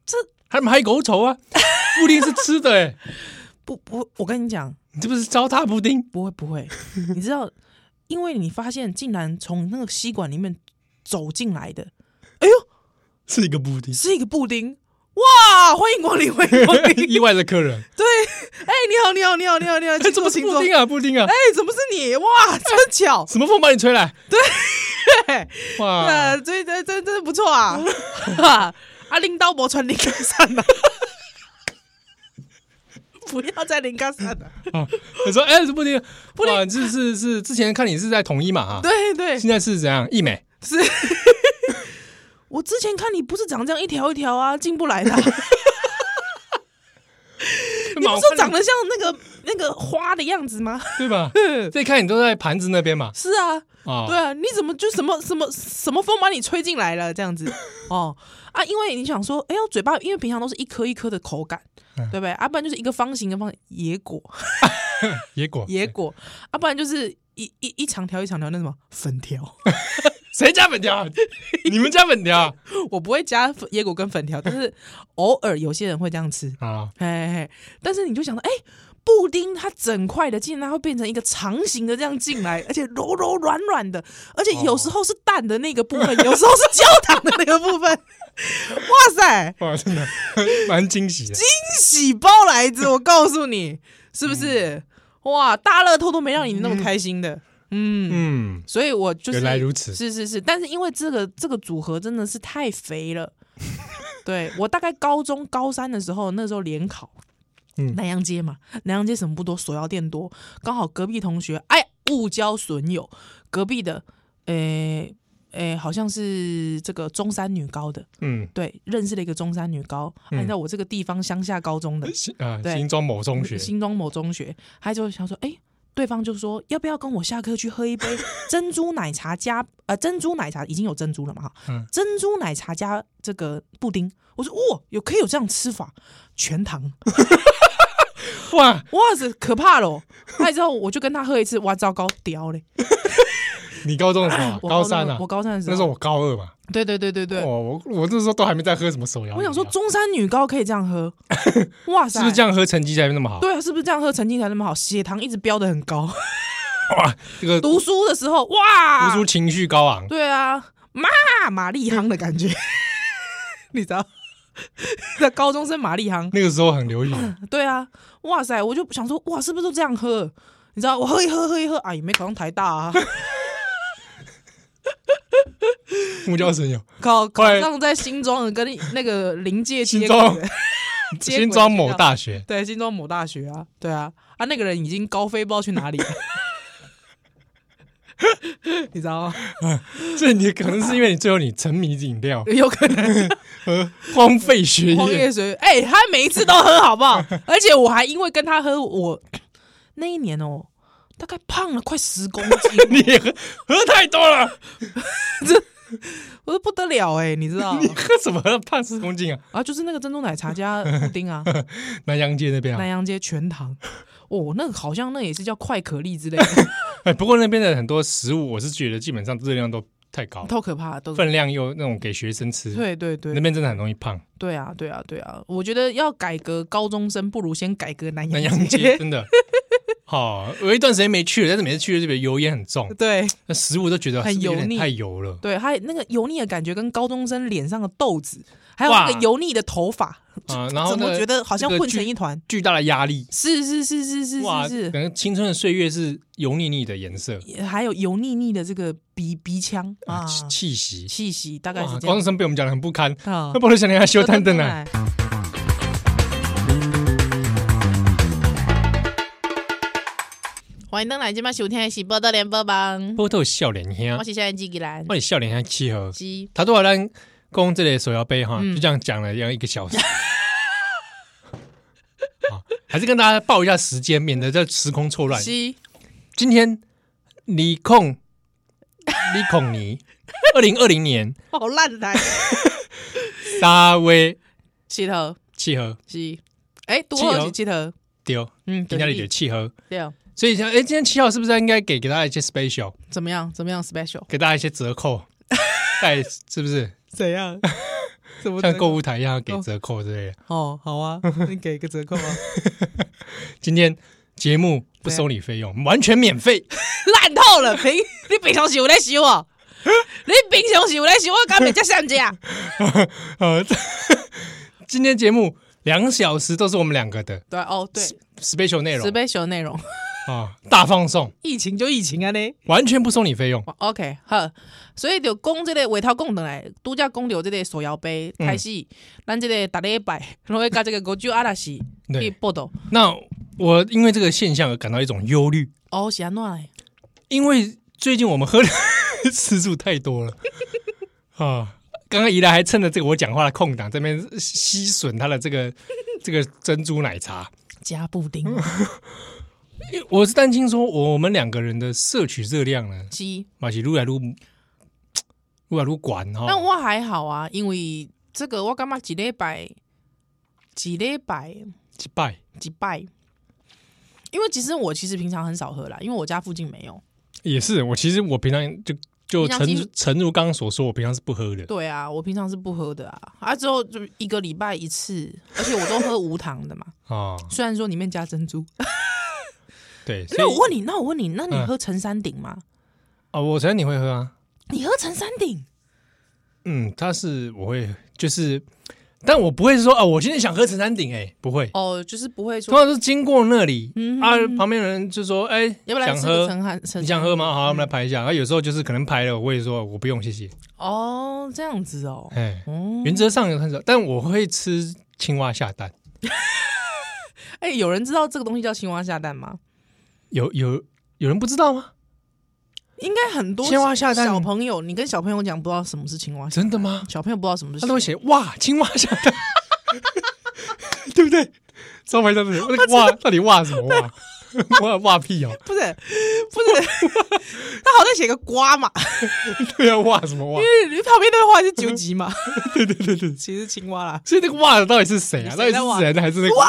这还还狗头啊？布丁是吃的哎、
不不，我跟你讲，
你这不是糟蹋布丁？
不会不 会，你知道，因为你发现竟然从那个吸管里面走进来的，哎呦，
是一个布丁，
是一个布丁，哇！欢迎光临，欢迎光临。
意外的 客人。
对，哎，你好，你好，你好，你好，你好，
哎，
请
这
坐，
不是
请
布
坐。
丁
哎，
啊，布丁啊，
怎么是你？ 哇，真巧！
什么风把你吹来？
对，
哇
呃，，这这这真的不错啊！哈 啊，拎刀没穿零杠三啊了， 不要再零杠三了。
啊，你说哎，这布丁，
布丁
哇，这是是之前看你是在统一嘛啊，
对对，
现在是怎样？一美，
是。 我之前看你不是长这样一条一条啊，进不 来的啊、哦你不是长得像那个那个花的样子吗？
对吧？这看你都在盘子那边嘛，
是啊，嗯
啊，
对啊，你怎么就什么什么什么风把你吹进来了这样子？哦啊，因为你想说，哎呦，嘴巴因为平常都是一颗一颗的口感，
嗯
对不对？啊，不然就是一个方形跟方形野果，
野果，
野果，啊，不然就是一一一长条一长条那什么粉条。
谁加 粉条啊？你们加粉条啊
我不会加粉野果跟粉条，但是偶尔有些人会这样吃。
啊？
嘿嘿嘿，但是你就想到，哎、布丁它整块的，竟然它会变成一个长形的这样进来，而且柔柔软软的，而且有
哦
时候是蛋的那个部分，有时候是焦糖的那个部分。 哇塞，
哇，真的蛮惊喜的。
惊喜包来着！我告诉你，是不
嗯
是？哇，大乐透都没让你那么开心的。嗯，
嗯，
所以我就是
原来如此
是是是，但是因为这个这个组合真的是太肥了。 对我大概高中高三的时候，那时候联考，
嗯
南阳街嘛，南阳街什么不多，手摇店多，刚好隔壁同学哎误交损友，隔壁的诶诶、好像是这个中山女高的，
嗯，
对，认识了一个中山女高，按、
嗯
照我这个地方乡下高中的，
新啊，
对
新庄某中学，
新庄某中学，他就想说，哎、对方就说要不要跟我下课去喝 一杯珍珠奶茶加呃珍珠奶茶已经有珍珠了嘛哈，
嗯
珍珠奶茶加这个布丁，我说哇有可以有这样吃法，全糖，
哇，
哇塞可怕喽！ 那之后我就跟他喝一次，哇糟糕屌嘞！
你高中的时候啊，
我
高
中
三
的
啊
我，高三的时
那
候，
时候我哦高二嘛，
对对对对对，
我我我那时候都还没在喝什么手摇饮料，啊
我想说中山女高可以这样 喝，哇塞，
是不是这样喝成绩才那么好？
对啊，是不是这样喝成绩才那么好？血糖一直飙得很 高，
哇，这个
读书的时候哇，
读书情绪高昂，
啊对啊，妈玛丽夯的感觉， 你知道？ 那高中生玛丽夯，
那个时候很流 行，
对啊，哇塞，我就想说，哇，是不是都这样喝？你知道，我喝一喝，喝一喝，啊，也没考上台大啊，
木教神友，
考考
快
上在新庄的跟那个临界
新
接
庄
轨的接轨的
新庄
学
某
校，
大学，
对，新庄某大学啊，对啊，啊，那个人已经高飞，不知道去哪里了， 你知道吗？
这你可能是因为你最后你沉迷饮料
有可能。
和荒 废学
荒
业，
野水，哎、他每一次都喝，好不 好？而且我还因为跟他喝，我那一年哦，大概胖了快十公斤，哦
你也喝喝太多了，
我说不得了哎、你知道
你喝什么了？胖十公斤啊？
啊？就是那个珍珠奶茶加 布丁啊，
南洋街那边
南
啊，
阳街全糖，哦，那个好像那也是叫快可丽之类的，
哎，不过那边的很多食物，我是觉得基本上热量都太高，
超可怕的，都是。
分量又那种给学生吃，
对对对
那边真的很容易胖。
对啊对啊对啊！我觉得要改革高中生，不如先改革南
南
洋
洋街真的。好、有一段时间没去了，但是每次去就觉得油烟很重，
对
那食物都觉得
很
是不是有点
油腻
太油了。
对，还有那个油腻的感觉，跟高中生脸上的痘子，还有
哇
那个油腻的头发，
啊然后
怎
那
么
个
觉得好像
那个
混
剧
成一团？
巨大的压力，
是是是是是
哇，
是
可能青春的岁月是油腻腻的颜色
是，还有油腻腻的这个鼻鼻腔啊
啊，，气气息。
气息大概
哇，
是这
高中
样
生被我们讲的很不堪，
啊
那。不如想想修丹灯啊，
来，欢迎登来，今晚收听的是《报道联播榜》，
波豆笑脸兄
我，是现在季吉兰
我，的笑脸兄契合。
鸡
他多少人供这类手摇杯哈，
嗯
就这样讲了要一个小时。 好，还是跟大家报一下时间，免得这时空错 乱。
鸡
今天李 控李孔尼，二零二零年
好烂啊 来，
沙威
石头
契合
鸡，哎，多
七
好
头
是七头，
丢，
嗯，
今
就
天
是
里有契合，
对，啊
所以想哎，今天七号是不是应该给给大家一些 special，
怎么样？怎么样？special
给大家一些折扣？带是不是？
怎样？ 什么折
像
扣
购物台一样给折扣之类的。
哦，好 啊，你给个折扣啊，
今天节目不收你费用，完全免费。
烂透了，平你平常时有在想 哦，你平常时有在想我敢袂遮上只，
呃， 今天节目两小时都是我们两个的
对哦对，
special 内容
十杯酒内容，
啊，大放送，
疫情就疫情啊呢。
完全不收你费用。
哇哦 OK，好，所以就讲这个委托讲倒来，拄则讲着这个手摇杯开始，咱这个逐礼拜，拢会甲这个国酒阿拉西去
对，
报道。
那我因为这个现象而感到一种忧虑，
哦，是安怎嘞？
因为最近我们喝的 次数太多了 啊。刚刚怡来还趁着这个我讲话的空档，这边吸吮他的这个 这个珍珠奶茶。
加布丁哦
因为我是担心说，我们两个人的摄取热量呢，
是，
马是撸来撸，撸来撸管哈。
但我还好啊，因为这个我感觉一礼拜，一礼拜
击败
几拜，因为其实我其实平常很少喝啦，因为我家附近没有。
也是，我其实我平常就就
平常其实
诚诚如刚刚所说，我平常是不喝的。
对啊，我平常是不喝的啊，啊之后就一个礼拜一次，而且我都喝无糖的嘛，
啊，
虽然说里面加珍珠。
对，所
那
以
我问你，那我问你，那你
嗯
喝陈山顶吗？
啊，我承认你会喝啊，
你喝陈山顶？
嗯，他是我会就是，但我不会说啊，我今天想喝陈山顶，哎，不会，
哦，就是不会
通
说
常是经过那里
嗯
啊，旁边人就说，哎，
要不然
想
吃个
喝，
陈嗯汉陈
你想喝吗？好，我们来排一下。啊，有时候就是可能排了，我也说我不用，谢谢。
哦，这样子哦，
哎，
哦，
原则上有很少，但我会吃青蛙下蛋，
哎、有人知道这个东西叫青蛙下蛋吗？
有有有人不知道吗？
应该很多
青蛙下蛋
小朋友，你跟小朋友讲不知道什么是青蛙下蛋，
真的吗？
小朋友不知道什么是
他
青
都
蛙
会写哇，青蛙下蛋， 对不对？招牌上面写哇，到底哇什么哇？哇哇屁哦！
不是不是， 他好像写个瓜嘛，
对啊，哇什么哇？
因为旁边那个画是九级嘛，哦 对对对对，其实是青蛙啦，
所以那个哇的到底是谁啊？到
谁
底
在哇
是人还是那个哇？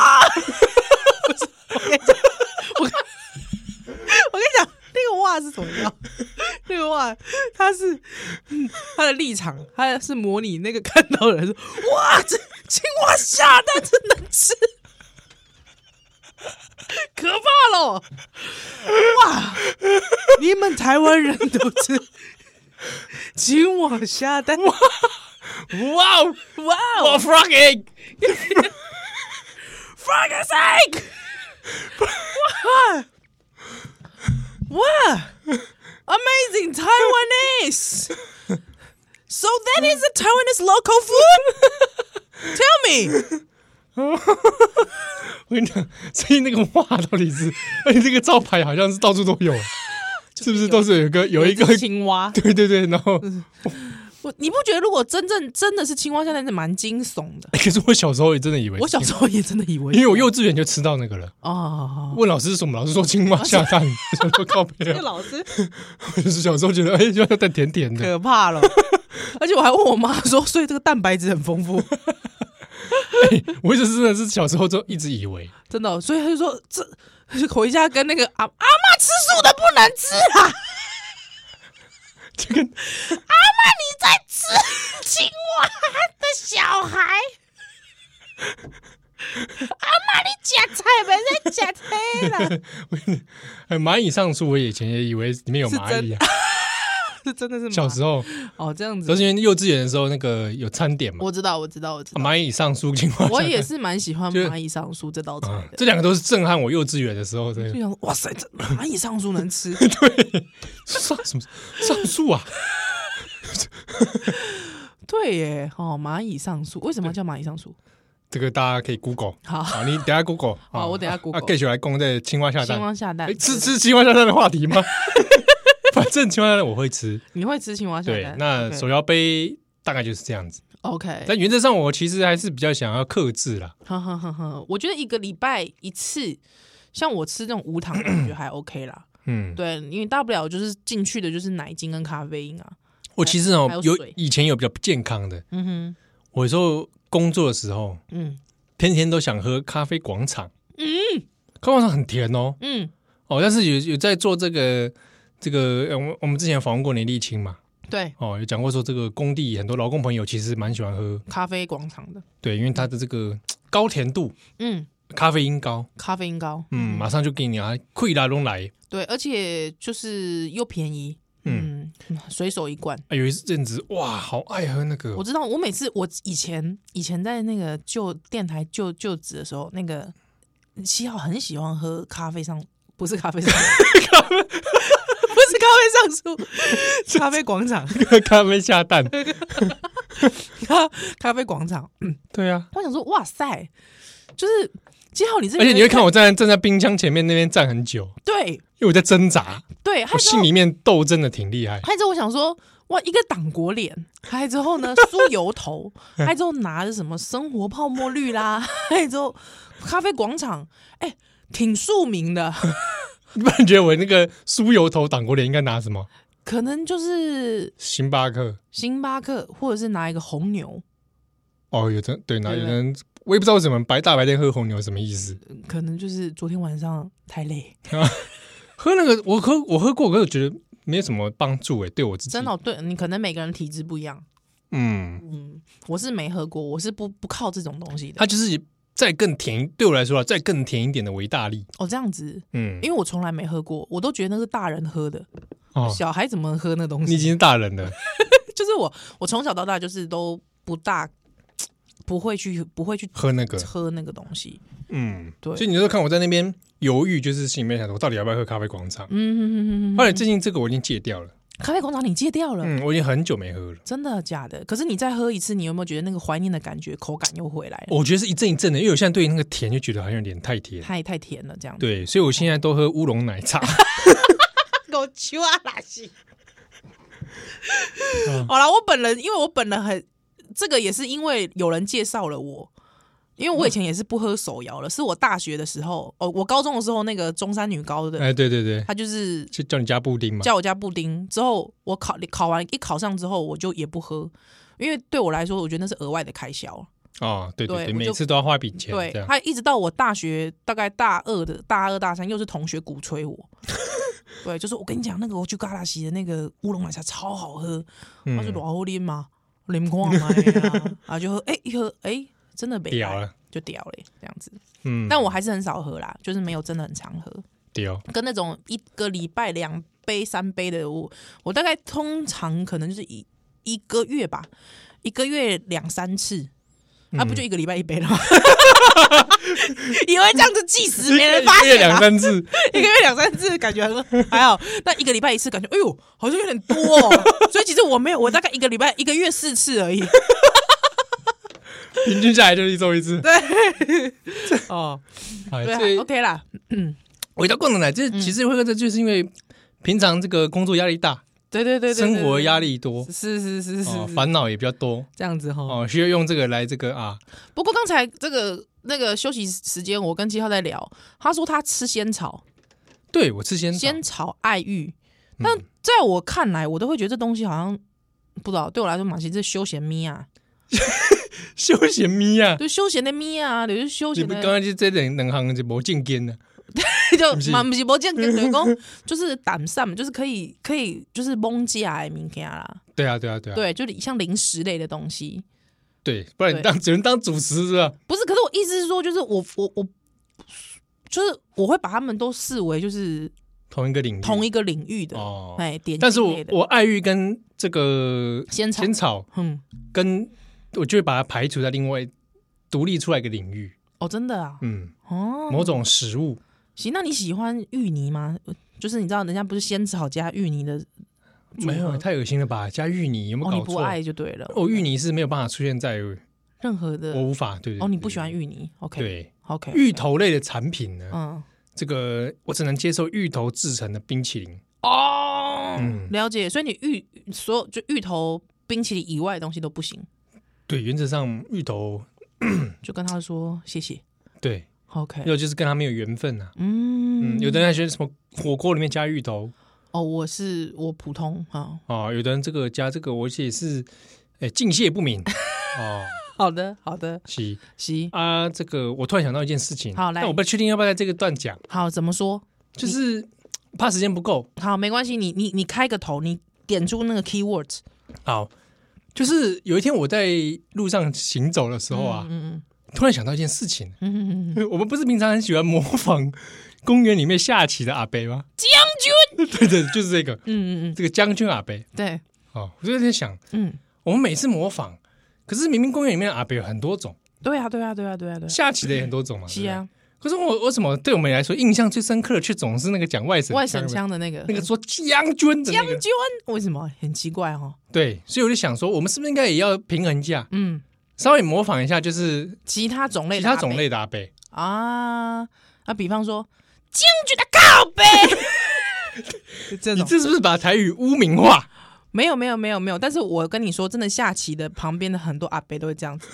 我跟你讲，那个袜是什么样？那个袜，他是、嗯他的立场，他是模拟那个看到的人说：“哇，这青蛙下蛋真能吃，可怕喽！”哇，你们台湾人都吃青蛙下蛋，哇
哇哇
哦
frog egg！
，fuck sake！哇哇，amazing Taiwanese！So that is a Taiwanese local food? Tell me.
我跟你讲，所以那个哇到底是，而且这个招牌好像是到处都有， 是不是都是有一个有一个？
青蛙，
对对对，然后
嗯我你不觉得如果真正真的是青蛙，现在是蛮惊悚的。
哎可是我小时候也真的以为，
我小时候也真的以为，
因为我幼稚园就吃到那个了。
哦，
问老师是什么，老师说青蛙下蛋，我想说靠背
这个
啊，
老师
就是小时候觉得哎，要蛋甜甜的，
可怕了，而且我还问我妈说，所以这个蛋白质很丰富，
我一直真的是小时候就一直以为，
真的哦、所以她就说这。回家跟那个阿阿妈吃素的不能吃啊！
这个
你在吃青蛙的小孩。阿妈，你夹菜没在夹菜 啦？
呃蚂蚁上树，我以前也以为里面有蚂蚁啊。
这真的是
小时候
哦，这样
都
子，
是因为幼稚园的时候那个有餐点嘛，
我知道，我知道，我知
啊
道。
蚂蚁上树、青蛙，
我也是蛮喜欢
就是
蚂蚁上树这道菜
啊
的，
这两个都是震撼我幼稚园的时候的
就。想说哇塞， 这蚂蚁上树能吃，
上什么上树啊？
对耶，哦，蚂蚁上树为什么要叫蚂蚁上树？
这个大家可以 Google
好，
啊，你等一下 Google
好我等一下 Google
啊，get 来攻在青蛙下
青
蛋，
蛙下蛋
哎，，吃吃青蛙下蛋的话题吗？ 反正青蛙下蛋我会吃，
你会吃青蛙下
对
蛋？，哎
那手摇杯大概就是这样子。
OK，
但原则上，我其实还是比较想要克制啦。
呵呵呵呵，我觉得一个礼拜一次，像我吃这种无糖的，我觉得还 OK 啦。
嗯，
对，因为大不了就是进去的就是奶精跟咖啡因啊。
我其实哦
还有，
有
水
以前有比较不健康的，
嗯哼，
我有时候工作的时候，
嗯
天天都想喝咖啡广场。嗯，咖啡广场很甜哦，
嗯，
哦，但是有有在做这个这个，呃我们我们之前访问过林立清嘛，
对，
哦，有讲过说这个工地很多劳工朋友其实蛮喜欢喝，
咖啡广场的，
对，因为它的这个高甜度，
嗯，
咖啡因高，
咖啡因高，
嗯，马上就给你啊，溃拉拢来。
对，而且就是又便宜，嗯，随手一罐。
啊，有一阵子哇，好爱喝那个
我，知道，我每次我以前以前在那个旧电台旧旧址的时候，那个七号很喜欢喝咖啡上，不是咖啡上， 不是咖啡上树，咖啡广场，
咖啡下蛋，
咖咖啡广场。
对啊，
我想说，哇塞， 就是七号你这，
而且你会看我站站在冰箱前面那边站很久，
对
因为我在挣扎，
对，还
我
有之后
心里面斗争的挺厉 害。
还之后我想说，哇，一个党国脸，还之后呢，梳油头，还之后拿着什么生活泡沫绿啦，还之后咖啡广场，哎、挺庶民的，
你不然觉得我那个酥油头党国脸应该拿什么？
可能就是
星巴克
星巴克，或者是拿一个红牛，
哦，有的对，拿
对啊不对
有的人我也不知道为什么白大白天喝红牛什么意思。
可能就是昨天晚上太累，
喝那个我喝我喝过，可是我觉得没有什么帮助诶，对我自己
真的、哦，对你可能每个人体质不一样，
嗯，
嗯，我是没喝过，我是不不靠这种东西的，
它就是再更甜，对我来说啊，再更甜一点的维大利，
哦，这样子。
嗯，
因为我从来没喝过，我都觉得那是大人喝的，
哦，
小孩怎么喝那东西？
你已经是大人了，
就是我，我从小到大就是都不大不会去不会去
喝那个，
喝那个东西。
嗯，
对
所以你就看我在那边犹豫，就是心里面想说，我到底要不要喝咖啡广场？
嗯，
后来最近这个我已经戒掉了，
咖啡广场你戒掉了，
嗯，我已经很久没喝了，
真的假的？可是你再喝一次，你有没有觉得那个怀念的感觉、口感又回来了？
我觉得是一阵一阵的，因为我现在对那个甜就觉得好像有点太甜，
太太甜了，这样子。
对，所以我现在都喝乌龙 奶茶，
狗球啊，拉西。好啦，我本人因为我本人很这个也是因为有人介绍了我，因
嗯
为我以前也是不喝手摇了，是我大学的时候哦，我高中的时候那个中山女高的，
哎，对对对，
她就是
就叫你加布丁嘛，
叫我加布丁之后，我考考完一考上之后，我就也不喝，因为对我来说，我觉得那是额外的开销。
哦，对对
对
对，
我
每
就
次都要花一笔钱，
对
这，样，
他一直到我大学大概大二的大二大三，又是同学鼓吹 我，对，就是我跟你讲那个我去嘎拉西的那个乌龙奶茶超好喝，他说
嗯，
老好啉嘛，啉矿嘛，啊就喝，哎、一喝哎、真的没
屌了，
就屌嘞、这样子。
嗯，
但我还是很少喝啦，就是没有真的很常喝。
屌，
跟那种一个礼拜两杯、三杯的，我我大概通常可能就是一一个月吧，一个月两三次。
嗯
啊，不就一个礼拜一杯了吗？以为这样子计时没人发
一个月
现
两
啊？
三次，
一个月两三次，感觉很还好。但一个礼拜一次，感觉哎呦，好像有点多、 哦。所以其实我没有，我大概一个礼拜一个月四次而已。
平均下来就是一周一次，
哦，
哎
对啊
所以
，OK 嗯啦，
回到共同奶，这其实会这就是因为平常这个工作压力大，
对对对对，
生活压
力
力多，
是是是是
哦
是，
烦恼也比较多，
这样子哈。
哦，需要用这个来这个啊，
不过刚才这个那个休息时间，我跟七号在聊，他说他吃仙草，
对我啊吃仙草嗯
仙草爱玉，但在我看来，我都会觉得这东西好像不知道，对我来说嘛，其实是休闲咪 啊，
休闲咪啊，
就休闲的咪啊，就是休
你
闲
不
的，
刚刚就这两两行就没进根了，
就是嘛不是不见跟员 工，就是胆散，就是可以可以就是蒙起来物件啦，
对啊对啊对啊，
对，就是像零食类的东西，
对，不然你
对
当只能当主持是吧？
不是，可是我意思是说，就是我我我，就是我会把他们都视为就是
同一个领域，
同一个领域的，
哦，
哎，点
但是
心
我
类的
我爱玉跟这个
仙草
仙草
嗯，
跟我就会把它排除在另外独立出来一个领域，
哦，真的啊，
嗯，
哦，
某种食物
行，那你喜欢芋泥吗？就是你知道人家不是仙草加芋泥的组合，
没哎有太恶心了吧？加芋泥有没有
哦，
搞
你
错？
不爱就对了，
哦，芋泥是没有办法出现在
任何的
我无法对对
哦，
对
你不喜欢芋泥，OK，
对
，OK，
芋头类的产品呢？
嗯，
这个我只能接受芋头制成的冰淇淋。
哦
嗯，
了解，所以你芋所有就芋头冰淇淋以外的东西都不行，
对，原则上芋头
就跟他说谢谢
对，
，OK，
要就是跟嗯它没有缘分啊。
嗯
嗯，有的人还喜欢什么火锅里面加芋头
哦，我是我普通啊，
啊、哦，有的人这个加这个，我也是哎敬谢不 敏哦。
好的，好的，
是
行，
啊，这个我突然想到一件事情，
好来
但我不确定要不要在这个段讲，
好，怎么说？
就是怕时间不够。
好，没关系，你你你开个头，你点出那个 keywords。
好，就是有一天我在路上行走的时候啊，
嗯
突然想到一件事情，
嗯嗯嗯，
我们不是平常很喜欢模仿公园里面下棋的阿伯吗？将军， 对对，就是这个，
嗯嗯嗯，
这个将军阿伯。
对，
哦，我就在想，
嗯，
我们每次模仿，可是明明公园里面的阿伯有很多种，
对啊，对啊，对啊，对啊，对啊，
下棋的也很多种嘛。
是啊，
对不对。可是我为什么对我们来说印象最深刻的，却总是那个讲外省
外省腔的那个
那个说将军的
将
那个？
军，为什么很奇怪哦哈？
对，所以我就想说，我们是不是应该也要平衡一下，
嗯，
稍微模仿一下，就是
其他种类
其
的
他
阿伯，
种类的阿伯？
啊啊，比方说将军的靠背，这
你
种
这是不是把台语污名化？
没有没有没有没有，但是我跟你说，真的下棋的旁边的很多阿伯都会这样子，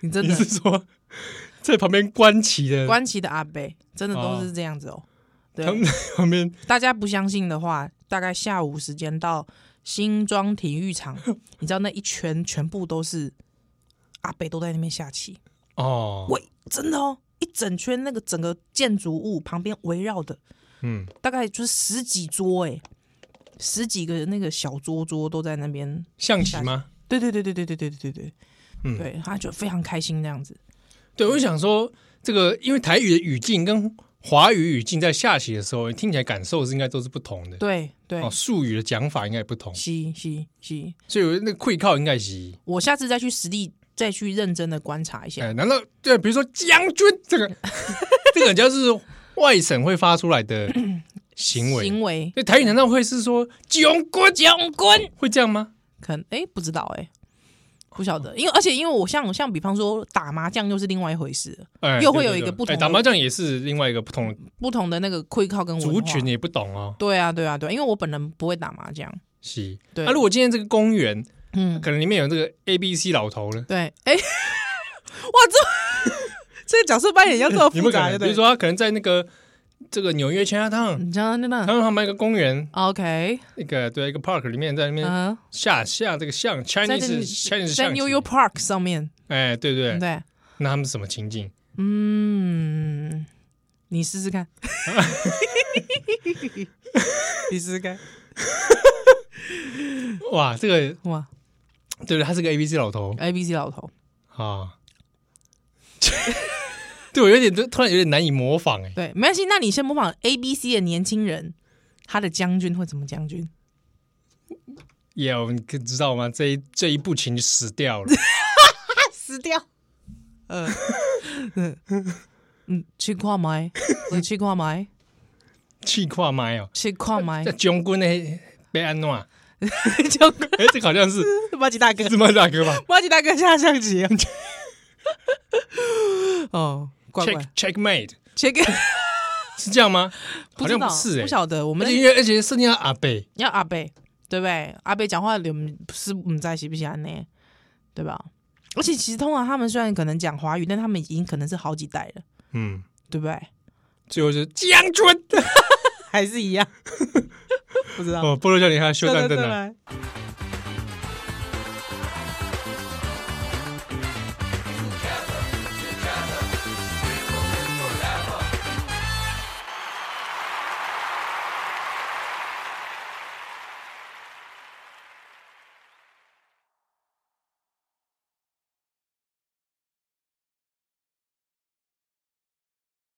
你真
你
的
是说在旁边观棋的，
关棋的阿伯真的都是这样子哦。
他
对
们，在旁边
大家不相信的话，大概下午时间到新庄体育 场，你知道那一圈全部都是阿伯都在那边下棋，
哦，
喂，真的哦，一整圈那个整个建筑物旁边围绕的，
嗯，
大概就是十几桌哎、十几个那个小桌桌都在那边。
象棋吗？
对对对对对对对对对对，
嗯
对，他就非常开心那样子。
对，我就想说，这个因为台语的语境跟华语语境在下棋的时候，听起来感受是应该都是不同的。
对对
哦，，术语的讲法应该也不同，
是是是，
所以我那个会靠应该是，
我下次再去实地再去认真的观察一下。
哎，难道对？比如说将军 这个，这个就是外省会发出来的行为。
行为
那台语难道会是说将军
将军
会这样吗？
可能哎、不知道哎、不晓
哦
得，因为而且因为我像像比方说打麻将又是另外一回事了，
哎，
又会
对
有一
对
个
对
不同
哎
的
打麻将也是另外一个不同的
不同的那个会靠跟文化
族群，也啊不懂哦。
对啊对啊对啊，因为我本人不会打麻将，
是，
对
那如果今天这个公园
嗯，
可能里面有这个 A、B、C 老头呢？
对，哎、 哇，这这个角色扮演要这么
你们
复
可
杂，
能
对不嗯
比
对？
如说他可能在那个这个纽约 Chinatown，
你知道那
他
那
们他们一个公园，
OK，
一个对一个 park 里面在那边
嗯，
下下这个
在
象
这
Chinese
里
Chinese
在
象
New York 嗯
棋，
Park 上面，
哎，对
对
对
不，对？
那他们是什么情境？
嗯，你试 试看， 你试试看，
哇，这个
哇
对对，他是个 A B C 老头
，A B C 老头，
啊， 对我有点突然有点难以模仿哎，
对，没关系，那你先模仿 A B C 的年轻人，他的将军会怎么将军？
耶，我们知道吗？这一这一步棋你死掉了，
死掉。呃， 嗯，去看麦，你去看麦，
气跨麦哦，
去看 麦
那，将军呢被安诺，啊
就
哎，这个好像是
马吉大哥
是吗大哥吧
马吉大哥下象 棋。哦， 怪怪
？Check，checkmate
切给
是这样吗？
不
好
知
像
道，
是哎
不，晓得。我
而
们
且因为而且设定要阿北，
要阿贝，对不对？阿贝讲话我们是不知道喜不喜欢呢，对吧？而且其实通常他们虽然可能讲华语，但他们已经可能是好几代了，
嗯，
对不对？
最 后是将军。
还是一样，不知道。
哦哦，菠萝教练还有修蛋蛋呢。
来。